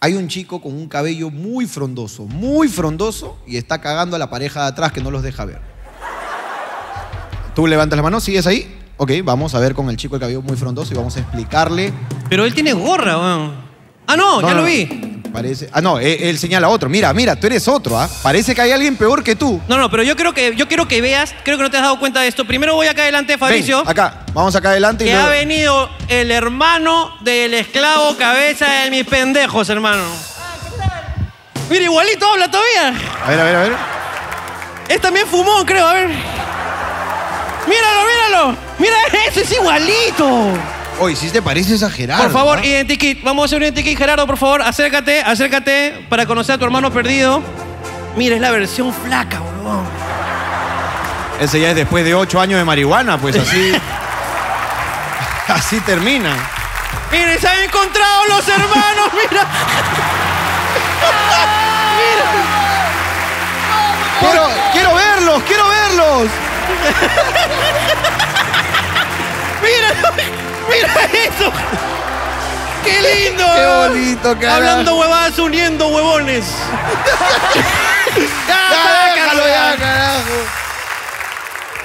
hay un chico con un cabello muy frondoso, muy frondoso, y está cagando a la pareja de atrás que no los deja ver. Tú levantas la mano, sigues ahí. Ok, vamos a ver con el chico de cabello muy frondoso y vamos a explicarle. Pero él tiene gorra, weón. Ah, no, No, ya no, lo no. vi. Parece. Ah, no, él, él señala a otro. Mira, mira, tú eres otro, ¿ah? Parece que hay alguien peor que tú. No, no, pero yo creo que yo quiero que veas, creo que no te has dado cuenta de esto. Primero voy acá adelante de Ven, Fabricio, acá, vamos acá adelante y que ha luego- venido el hermano del esclavo cabeza de mis pendejos, hermano. Mira, igualito habla todavía. A ver, a ver, a ver. Es también fumón, creo, a ver. Míralo, míralo. Mira, eso es igualito. Oye, sí te Oh, parece exagerado. Por favor, ¿no? identikit. Vamos a hacer un identikit, Gerardo, por favor. Acércate, acércate para conocer a tu hermano perdido. Mira, es la versión flaca, huevón. Ese ya es después de ocho años de marihuana, pues así. así termina. Miren, se han encontrado los hermanos, mira. Quiero, quiero verlos, quiero verlos. Mira, mira eso. Qué lindo. Qué huevón. bonito, carajo. Hablando huevadas, uniendo huevones. Ya, déjalo ya, carajo.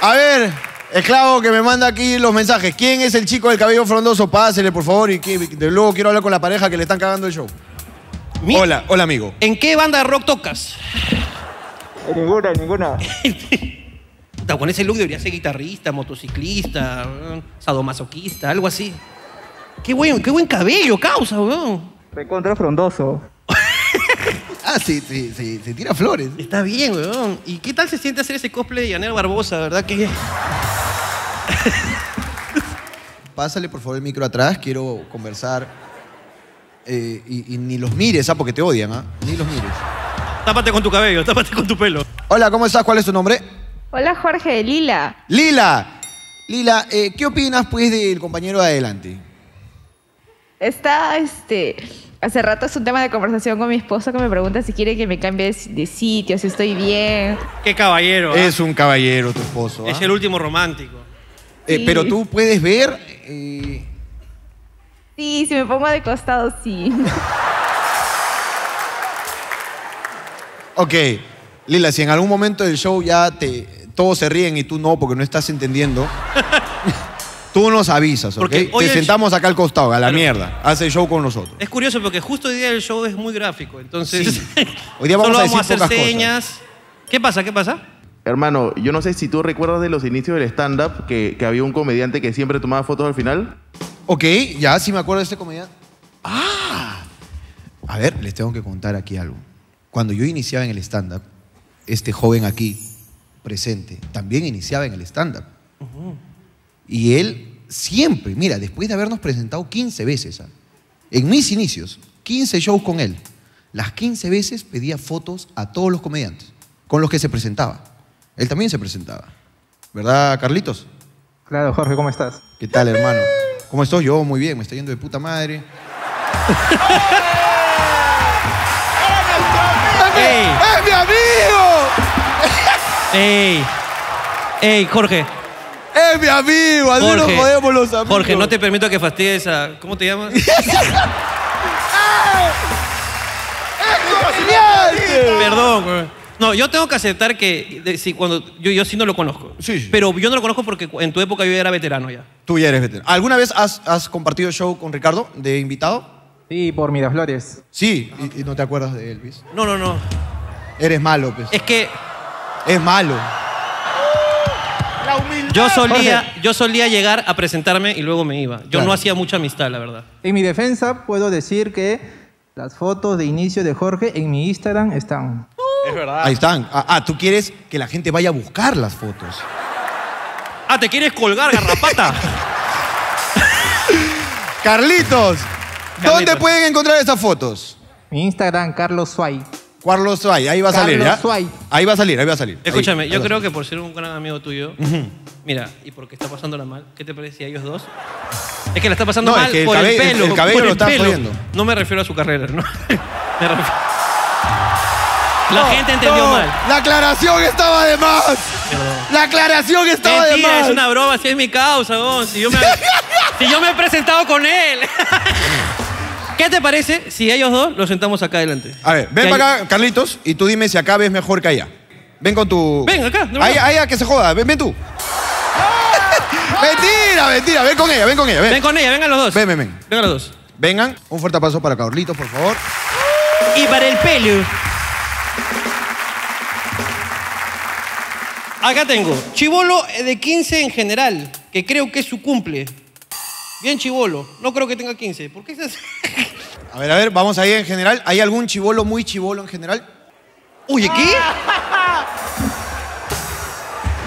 A ver, esclavo que me manda aquí los mensajes. ¿Quién es el chico del cabello frondoso? Pásele, por favor. Y que, de luego quiero hablar con la pareja que le están cagando el show. Mi- Hola, hola, amigo. ¿En qué banda de rock tocas? Eh, Ninguna, ninguna. Puta, Con ese look debería ser guitarrista, motociclista, weón, sadomasoquista, algo así. Qué buen, qué buen cabello, causa, weón. Recontra frondoso. Ah, sí, sí, sí, se tira flores. Está bien, weón. ¿Y qué tal se siente hacer ese cosplay de Yanel Barbosa, verdad? Que... Pásale, por favor, el micro atrás. Quiero conversar. Eh, y, y ni los mires, ¿ah? Porque te odian, ¿ah? Ni los mires. Tápate con tu cabello, tápate con tu pelo. Hola, ¿cómo estás? ¿Cuál es tu nombre? Hola Jorge, Lila. Lila. Lila, eh, ¿qué opinas, pues, del compañero de adelante? Está, este, hace rato es un tema de conversación con mi esposo que me pregunta si quiere que me cambie de de sitio, si estoy bien. Qué caballero. ¿ah? Es un caballero tu esposo. ¿ah? Es el último romántico. Eh, pero tú puedes ver. eh, Sí, si me pongo de costado, sí. ok, Lila, si en algún momento del show ya te, todos se ríen y tú no, porque no estás entendiendo, tú nos avisas, ¿ok? Porque hoy te el- sentamos acá al costado, a la Claro. mierda. Hace show con nosotros. Es curioso porque justo hoy día el show es muy gráfico, entonces Sí. Hoy día vamos solo a vamos a decir hacer pocas cosas. señas. ¿Qué pasa? ¿Qué pasa? Hermano, yo no sé si tú recuerdas de los inicios del stand-up que, que había un comediante que siempre tomaba fotos al final. Ok, ya, sí me acuerdo de este comediante. ¡Ah! A ver, les tengo que contar aquí algo. Cuando yo iniciaba en el stand-up, este joven aquí, presente, también iniciaba en el stand-up. Y él siempre, mira, después de habernos presentado 15 veces, ¿ah? en mis inicios, 15 shows con él, las 15 veces pedía fotos a todos los comediantes con los que se presentaba. Él también se presentaba. ¿Verdad, Carlitos? Claro, Jorge, ¿cómo estás? ¿Qué tal, hermano? ¿Cómo estoy yo? Muy bien, me está yendo de puta madre. ¡Ey! ¡Es mi amigo! ¡Ey! ¡Ey, Jorge! ¡Es mi amigo! Así nos Jorge, jodemos los amigos. Jorge, no te permito que fastidies a... ¿Cómo te llamas? Perdón, güey. No, yo tengo que aceptar que de- si cuando yo, yo sí no lo conozco. Sí, sí. Pero yo no lo conozco porque cu- en tu época yo ya era veterano ya. Tú ya eres veterano. ¿Alguna vez has, has compartido show con Ricardo de invitado? Sí, por Miraflores. Sí. Y, y no te acuerdas de Elvis. No, no, no. Eres malo, pues. Es que Es malo. yo solía, yo solía llegar a presentarme y luego me iba. Yo Claro. no hacía mucha amistad, la verdad. En mi defensa, puedo decir que las fotos de inicio de Jorge en mi Instagram están. Ahí están. Ah, ah, tú quieres que la gente vaya a buscar las fotos. Ah, ¿te quieres colgar, garrapata? Carlitos, ¿dónde Carlitos. pueden encontrar esas fotos? Mi Instagram, Carlos Suay. Carlos Suárez, ahí va a salir, Carlos ¿ya? Suárez. Ahí va a salir, ahí va a salir. Ahí, Escúchame, ahí yo va a creo salir. que por ser un gran amigo tuyo, mira, y porque está pasándola mal, ¿qué te parece a ellos dos? Es que la está pasando No, es mal que el por el cabello- el- pelo. el cabello por lo está pelo. jodiendo. No me refiero a su carrera, ¿no? Me refiero- La gente entendió No, mal. La aclaración estaba de más. La aclaración estaba de Mentira, más. es una broma, si es mi causa, weón. Si yo me, si yo me he presentado con él. ¿Qué te parece si ellos dos los sentamos acá adelante? A ver, ven Que para hay- acá, Carlitos, y tú dime si acá ves mejor que allá. Ven con tu. Ven, acá, de Ahí, verdad. ahí, a que se joda. Ven, ven tú. mentira, mentira. Ven con ella, ven con ella. Ven Ven. con ella, vengan los dos. Ven, ven, ven. Vengan los dos. Vengan. Un fuerte aplauso para Carlitos, por favor. Y para el pelo. Acá tengo. Chivolo de 15 en general, que creo que es su cumple. Bien chivolo. No creo que tenga 15. ¿Por qué estás.? A ver, a ver, vamos ahí en general. ¿Hay algún chivolo muy chivolo en general? Oye, ¿qué?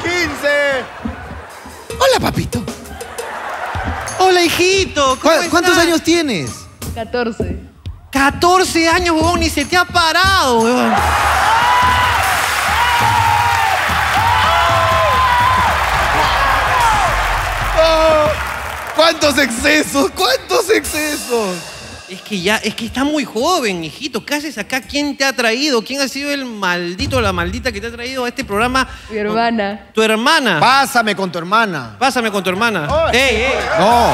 ¡15! Hola, papito. Hola, hijito. ¿cómo ¿Cuá- ¿Cuántos estás? años tienes? 14. 14 años, huevón, y se te ha parado, huevón. ¿Cuántos excesos? ¿Cuántos excesos? Es que ya, es que está muy joven, hijito. ¿Qué haces acá? ¿Quién te ha traído? ¿Quién ha sido el maldito, la maldita que te ha traído a este programa? Mi hermana. Tu hermana. Pásame con tu hermana. Pásame con tu hermana. Oh, ¡Ey, ey! No, no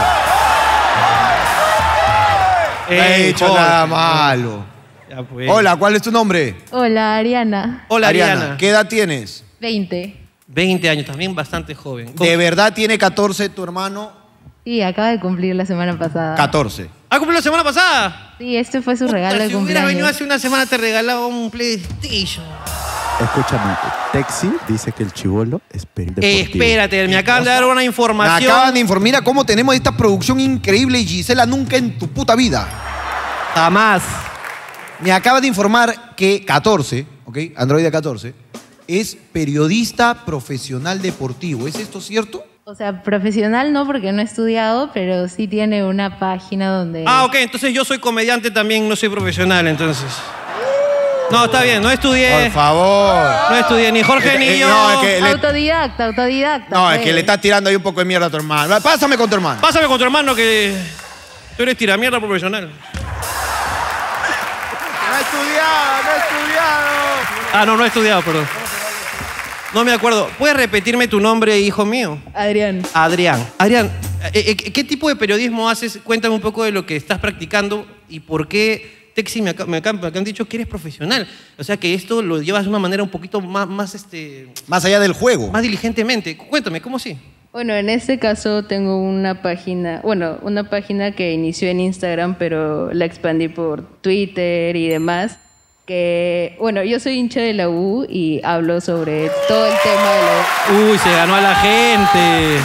he ey, hecho joven. nada malo. Ya, pues. Hola, ¿cuál es tu nombre? Hola, Ariana. Hola, Ariana. ¿Qué edad tienes? 20. 20 años, también bastante joven. ¿De verdad tiene 14 tu hermano? Sí, acaba de cumplir la semana Ah. pasada. 14. ¿Ha cumplido la semana pasada? Sí, este fue su regalo Puta, de si hubieras venido cumpleaños. hace una semana te regalaba un PlayStation. Escúchame, Texi dice que el chivolo es periodista. Eh, espérate, me acaban de dar una Me información. acaban de informar cómo tenemos esta producción increíble y Gisela nunca en tu puta vida. Jamás. Me acaban de informar que 14, ¿ok? Android 14, es periodista profesional deportivo. ¿Es esto cierto? O sea, profesional no, porque no he estudiado, pero sí tiene una página donde. Ah, ok, entonces yo soy comediante también, no soy profesional, entonces. No, está bien, no estudié. Por favor. No estudié ni Jorge Eh, ni eh, yo. no, es que- le- Autodidacta, autodidacta. No, es pues. que le estás tirando ahí un poco de mierda a tu hermano. Pásame con tu hermano. Pásame con tu hermano que tú eres tiramierda profesional. ¡No he estudiado! ¡No he estudiado! Ah, no, no he estudiado, perdón. No me acuerdo. ¿Puedes repetirme tu nombre, hijo mío? Adrián. Adrián. Adrián, eh, eh, ¿qué tipo de periodismo haces? Cuéntame un poco de lo que estás practicando y por qué Texi me, acá- me acá- me han dicho que eres profesional. O sea, que esto lo llevas de una manera un poquito más, más, este, Más allá del juego. más diligentemente. Cuéntame, ¿cómo sí? Bueno, en este caso tengo una página, bueno, una página que inició en Instagram, pero la expandí por Twitter y demás. Que, bueno, yo soy hincha de la U y hablo sobre todo el tema de la U. Uy, se ganó a la gente.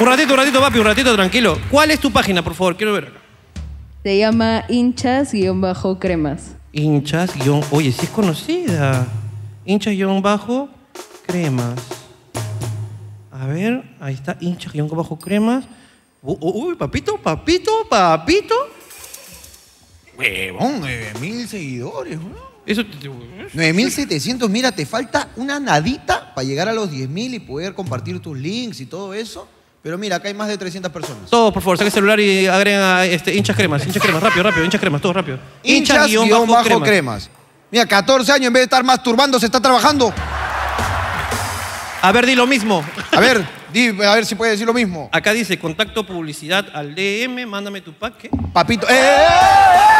Un ratito, un ratito, papi, un ratito, tranquilo. ¿Cuál es tu página, por favor? Quiero ver acá. Se llama hinchas-cremas. Hinchas guión. Oye, sí es conocida. Hinchas guión bajo cremas. A ver, ahí está. Hinchas guión bajo cremas. U- u- Uy, papito, papito, papito. Huevón, 9.000 seguidores. huevón. Eso te- ¿eh? te- 9.700, mira, te falta una nadita para llegar a los 10.000 y poder compartir tus links y todo eso. Pero mira, acá hay más de 300 personas. Todos, por favor, saquen el celular y agreguen a este, hinchas cremas, hinchas cremas, rápido, rápido, hinchas cremas, todo rápido. Hinchas guión guión bajo cremas. cremas. Mira, 14 años, en vez de estar masturbando, se está trabajando. A ver, di lo mismo. A ver, di, a ver si puede decir lo mismo. Acá dice contacto publicidad al DM, mándame tu pack. ¿qué? Papito. ¡Eh, eh, eh,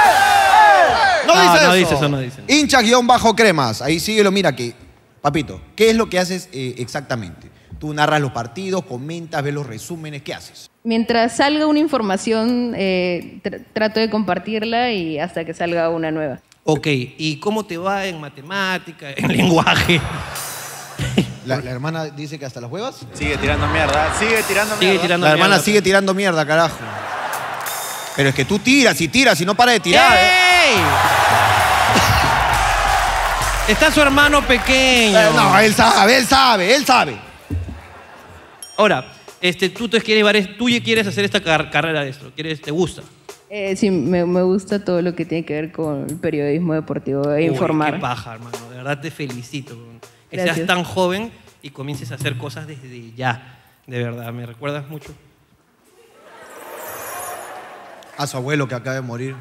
eh! No, No, dice eso. Ah, no dice eso, no dice. Hinchas guión bajo cremas. Ahí síguelo, mira que. Papito, ¿qué es lo que haces eh, exactamente? Tú narras los partidos, comentas, ves los resúmenes, ¿qué haces? Mientras salga una información, eh, tr- trato de compartirla y hasta que salga una nueva. Ok, ¿y cómo te va en matemática, en lenguaje? La, la hermana dice que hasta las huevas. Sigue tirando mierda. Sigue tirando mierda. Sigue tirando La hermana mierda. sigue tirando mierda, carajo. Pero es que tú tiras y tiras y no para de tirar. ¿eh? ¡Ey! Está su hermano pequeño. Eh, no, él sabe, él sabe, él sabe. Ahora, este, tú, te quieres, llevar es- tú ya quieres hacer esta car- carrera de esto, quieres, te gusta. Eh, sí, me, me gusta todo lo que tiene que ver con periodismo deportivo e Uy, informar. qué paja, hermano. De verdad te felicito. weón. Que seas Gracias. tan joven y comiences a hacer cosas desde ya. De verdad, me recuerdas mucho. A su abuelo que acaba de morir.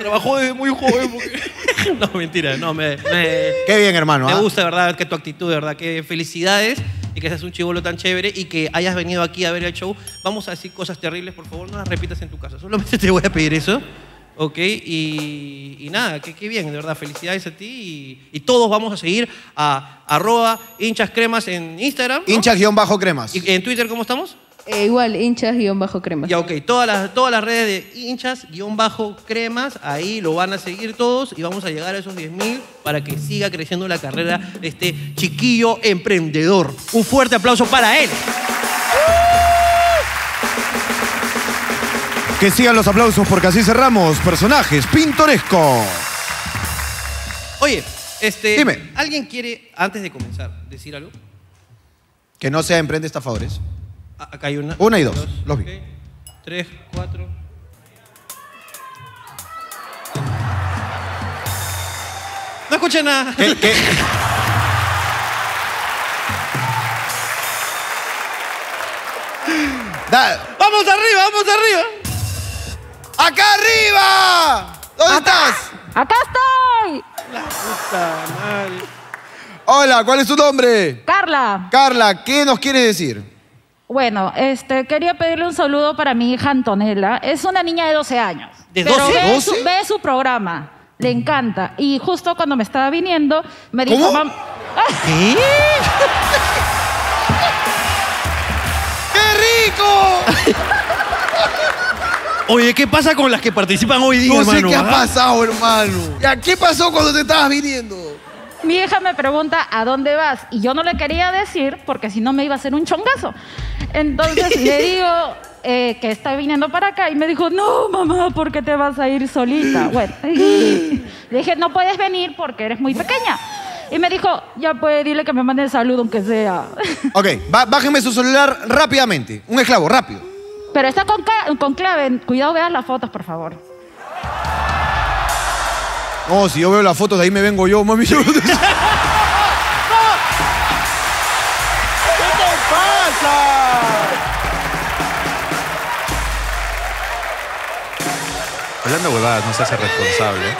Trabajó desde muy joven. no, mentira, no, me- me, Qué bien, hermano. Me ¿ah? gusta, de ¿verdad? Que tu actitud, de ¿verdad? Que felicidades. y que seas un chivolo tan chévere y que hayas venido aquí a ver el show. Vamos a decir cosas terribles, por favor, no las repitas en tu casa. Solamente te voy a pedir eso. Ok, y, y nada, qué qué bien, de verdad, felicidades a ti y, y todos vamos a seguir a arroba hinchas cremas en Instagram. ¿no? Hinchas-cremas. ¿Y en Twitter cómo estamos? Eh, igual, hinchas guión bajo crema. Ya, ok, todas las, todas las redes de hinchas, guión bajo, cremas, ahí lo van a seguir todos y vamos a llegar a esos 10.000 para que siga creciendo la carrera de este chiquillo emprendedor. Un fuerte aplauso para él. Que sigan los aplausos porque así cerramos. Personajes pintoresco. Oye, este, Dime. ¿alguien quiere, antes de comenzar, decir algo? Que no sea emprende estafadores. Ah, acá hay una. Una y dos, los vi. ok. Tres, cuatro. No escuché nada. Que, que- Da- ¡Vamos arriba, vamos arriba! ¡Acá arriba! ¿Dónde estás? ¡Acá estoy! Puta madre. Hola, ¿cuál es tu nombre? Carla, Carla, ¿qué nos quieres decir? bueno, este, quería pedirle un saludo para mi hija Antonella. Es una niña de 12 años. ¿De pero 12? Ve, ¿12? Su, ve su programa, le encanta. Y justo cuando me estaba viniendo, me dijo, ¿Cómo? "Mam- ¿Qué? ¡Qué rico! Oye, ¿qué pasa con las que participan hoy día, No sé hermano? qué ha ah? pasado, hermano. Ya, ¿qué pasó cuando te estabas viniendo? mi hija me pregunta, ¿a dónde vas? Y yo no le quería decir porque si no me iba a hacer un chongazo. Entonces le digo eh, que está viniendo para acá y me dijo, no, mamá, ¿por qué te vas a ir solita? Bueno, le dije, no puedes venir porque eres muy pequeña. Y me dijo, ya puede, dile que me mande el saludo aunque sea. Ok, ba- bájenme su celular rápidamente. Un esclavo, rápido. Pero está con, ca- con clave, cuidado, vean las fotos, por favor. No, Oh, si yo veo las fotos, de ahí me vengo yo, mami. Yo... Hablando huevadas, no se hace responsable.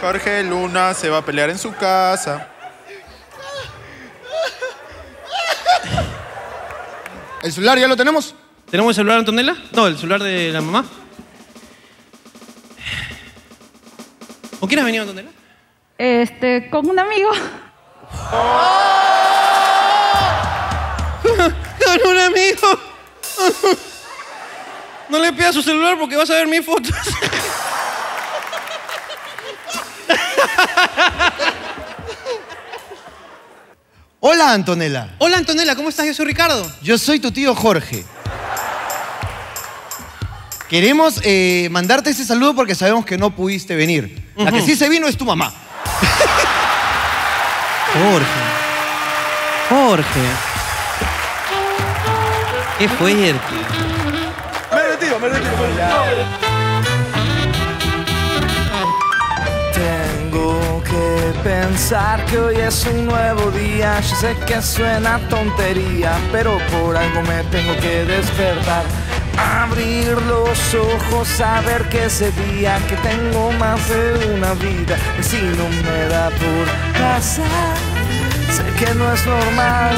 Jorge Luna se va a pelear en su casa. ¿El celular ya lo tenemos? ¿Tenemos el celular, Antonella? No, el celular de la mamá. ¿Con quién has venido, Antonella? Este, con un amigo. Con un amigo. No le pidas su celular porque vas a ver mis fotos. Hola, Antonella. Hola, Antonella, ¿cómo estás? Yo soy Ricardo. Yo soy tu tío Jorge. Queremos eh, mandarte ese saludo porque sabemos que no pudiste venir. La que sí se vino es tu mamá. Jorge. Jorge. ¿Qué fue ayer? Tengo que pensar que hoy es un nuevo día. Yo sé que suena tontería, pero por algo me tengo que despertar. Abrir los ojos, saber que ese día que tengo más de una vida, y si no me da por pasar, sé que no es normal.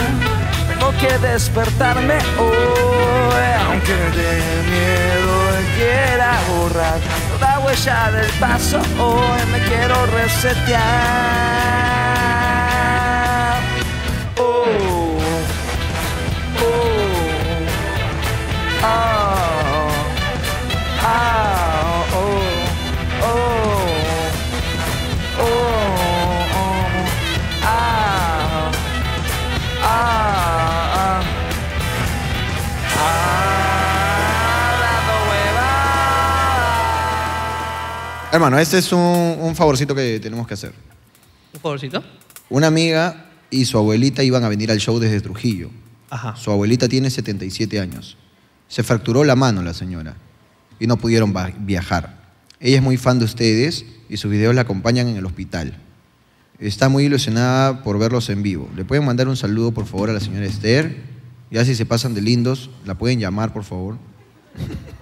Tengo que despertarme hoy, aunque de miedo quiera borrar toda huella del paso. Hoy me quiero resetear. Oh, oh, ah, ah, oh, oh, oh, ah, ah, ah. Hermano, este es un, un favorcito que tenemos que hacer. ¿Un favorcito? Una amiga y su abuelita iban a venir al show desde Trujillo. Ajá. Su abuelita tiene 77 años. Se fracturó la mano la señora y no pudieron va- viajar. Ella es muy fan de ustedes y sus videos la acompañan en el hospital. Está muy ilusionada por verlos en vivo. ¿Le pueden mandar un saludo, por favor, a la señora Esther? Ya si se pasan de lindos, la pueden llamar, por favor.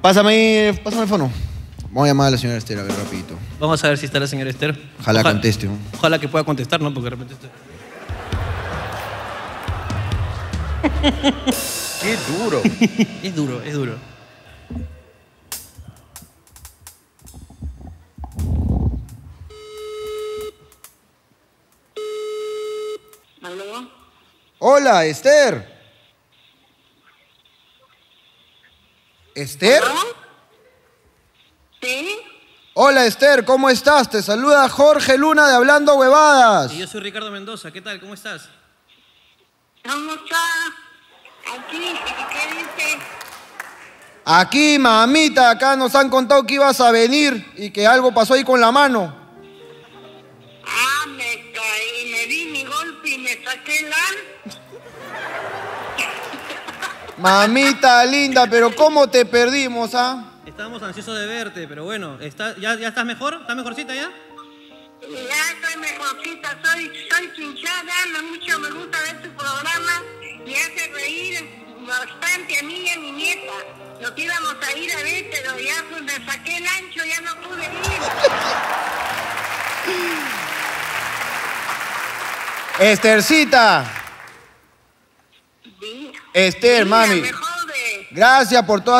Pásame, pásame el fono. Vamos a llamar a la señora Esther, a ver, rapidito. Vamos a ver si está la señora Esther. Ojalá conteste, ¿no? Ojalá que pueda contestar, ¿no? Porque de repente... está- Qué duro. es duro, es duro. Hola, Esther. ¿Esther? ¿Sí? Hola, Esther, ¿cómo estás? Te saluda Jorge Luna de Hablando Huevadas. Y yo soy Ricardo Mendoza, ¿qué tal? ¿Cómo estás? ¿Cómo está? Aquí, ¿qué dice? Aquí, mamita, acá nos han contado que ibas a venir y que algo pasó ahí con la mano. Ah, me caí, me di mi golpe y me saqué el ar. Mamita linda, pero ¿cómo te perdimos, ah? Estábamos ansiosos de verte, pero bueno, ¿está- ya, ¿ya estás mejor? ¿Estás mejorcita ya? Ya soy mejorcita, soy, soy pinchada, me mucho me gusta ver tu programa. Me hace reír bastante a mí y a mi nieta. Nos íbamos a ir a ver, pero ya pues me saqué el ancho, ya no pude ir. Esthercita. Esther, mami. Gracias por todas